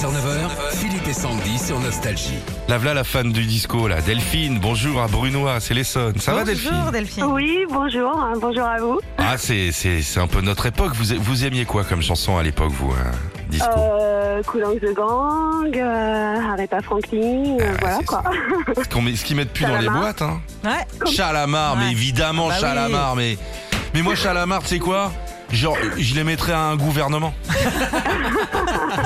6h-9h, Philippe et Sandy sur Nostalgie. La voilà la fan du disco là, Delphine, bonjour à Brunois, c'est l'Essonne. Ça va Delphine Bonjour Delphine. Oui, bonjour, hein, bonjour à vous. Ah c'est c'est c'est un peu notre époque. Vous vous aimiez quoi comme chanson à l'époque vous hein, disco Euh, Coulanges de Gang, euh, Aretha Franklin, euh, ouais, voilà Ah, c'est quoi. Ce qu'on met- ce qu'ils mettent plus dans les Chalamar. boîtes hein. Ouais. Chalamar, mais Ouais. évidemment Ah bah oui. Chalamar, mais mais moi Chalamar, c'est quoi Genre euh, je les mettrais à un gouvernement.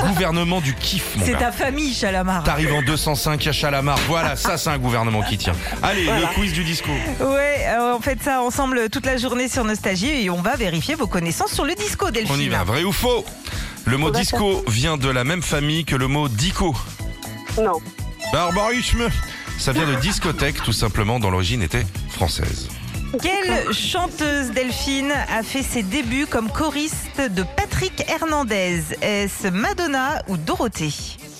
gouvernement du kiff mon C'est gars. ta famille, Chalamar. T'arrives en 205 à Chalamar. Voilà, ça c'est un gouvernement qui tient. Allez, le quiz du disco. Ouais, euh, on fait ça ensemble toute la journée sur Nostalgie et on va vérifier vos connaissances sur le disco, Delphine. On y va, vrai ou faux Le mot disco vient de la même famille que le mot dico. Non, Barbarisme Ça vient de discothèque, tout simplement, dont l'origine était française. Quelle chanteuse Delphine a fait ses débuts comme choriste de Patrick Hernandez Est-ce Madonna ou Dorothée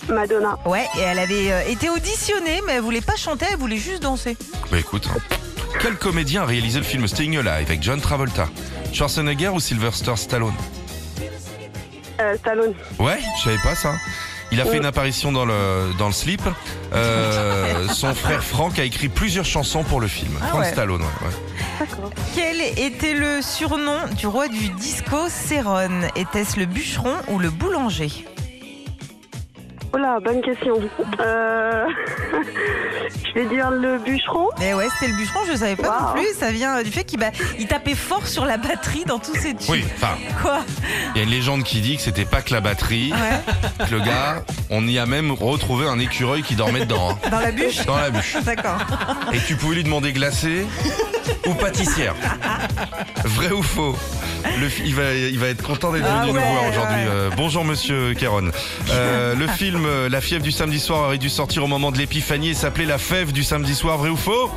Madonna. Ouais, et elle avait euh, été auditionnée, mais elle voulait pas chanter, elle voulait juste danser. Bah écoute, hein. quel comédien a réalisé le film Staying Alive avec John Travolta Schwarzenegger ou Sylvester Stallone Euh, Stallone. Ouais, je savais pas ça. Il a Euh. fait une apparition dans le, dans le slip. Euh, son frère Franck a écrit plusieurs chansons pour le film. Ah Frank ouais. Stallone, ouais, ouais. Quel était le surnom du roi du disco Céron Était-ce le bûcheron ou le boulanger Oh là, bonne question. Euh, je vais dire le bûcheron. Mais Eh ouais, c'était le bûcheron, je savais pas non Wow. plus. Ça vient euh, du fait qu'il bah, il tapait fort sur la batterie dans tous ses tubes. Oui, enfin, Quoi il y a une légende qui dit que c'était pas que la batterie. Ouais, que le gars, on y a même retrouvé un écureuil qui dormait dedans, hein, dans la bûche dans la bûche. D'accord. Et tu pouvais lui demander glacé ou pâtissière. Vrai ou faux le, fi- il, va, il va être content d'être Ah venu ouais, nous voir ouais. aujourd'hui. Euh, bonjour Monsieur Caron. Euh, le film euh, La fièvre du samedi soir aurait dû sortir au moment de l'épiphanie et s'appelait La fève du samedi soir. Vrai ou faux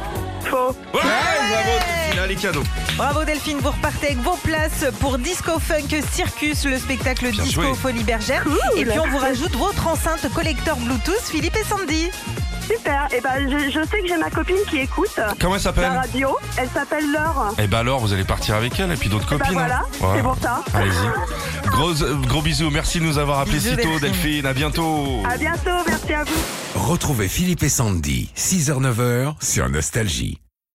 Faux. Ouais, bravo, il a les cadeaux. Bravo Delphine, vous repartez avec vos places pour Disco Funk Circus, le spectacle Bien Disco joué. Folie Bergère. Et puis on vous rajoute votre enceinte collecteur Bluetooth, Philippe et Sandy. Super. Et ben, je, je sais que j'ai ma copine qui écoute Comment elle la s'appelle radio. Elle s'appelle Laure. Eh ben alors, vous allez partir avec elle et puis d'autres Et ben copines. voilà, hein. c'est Voilà. pour ça. Allez-y. Gros, euh, gros bisous, merci de nous avoir appelés Bisous, si tôt, Delphine. Delphine. À bientôt. À bientôt, merci à vous. Retrouvez Philippe et Sandy, 6h-9h sur Nostalgie.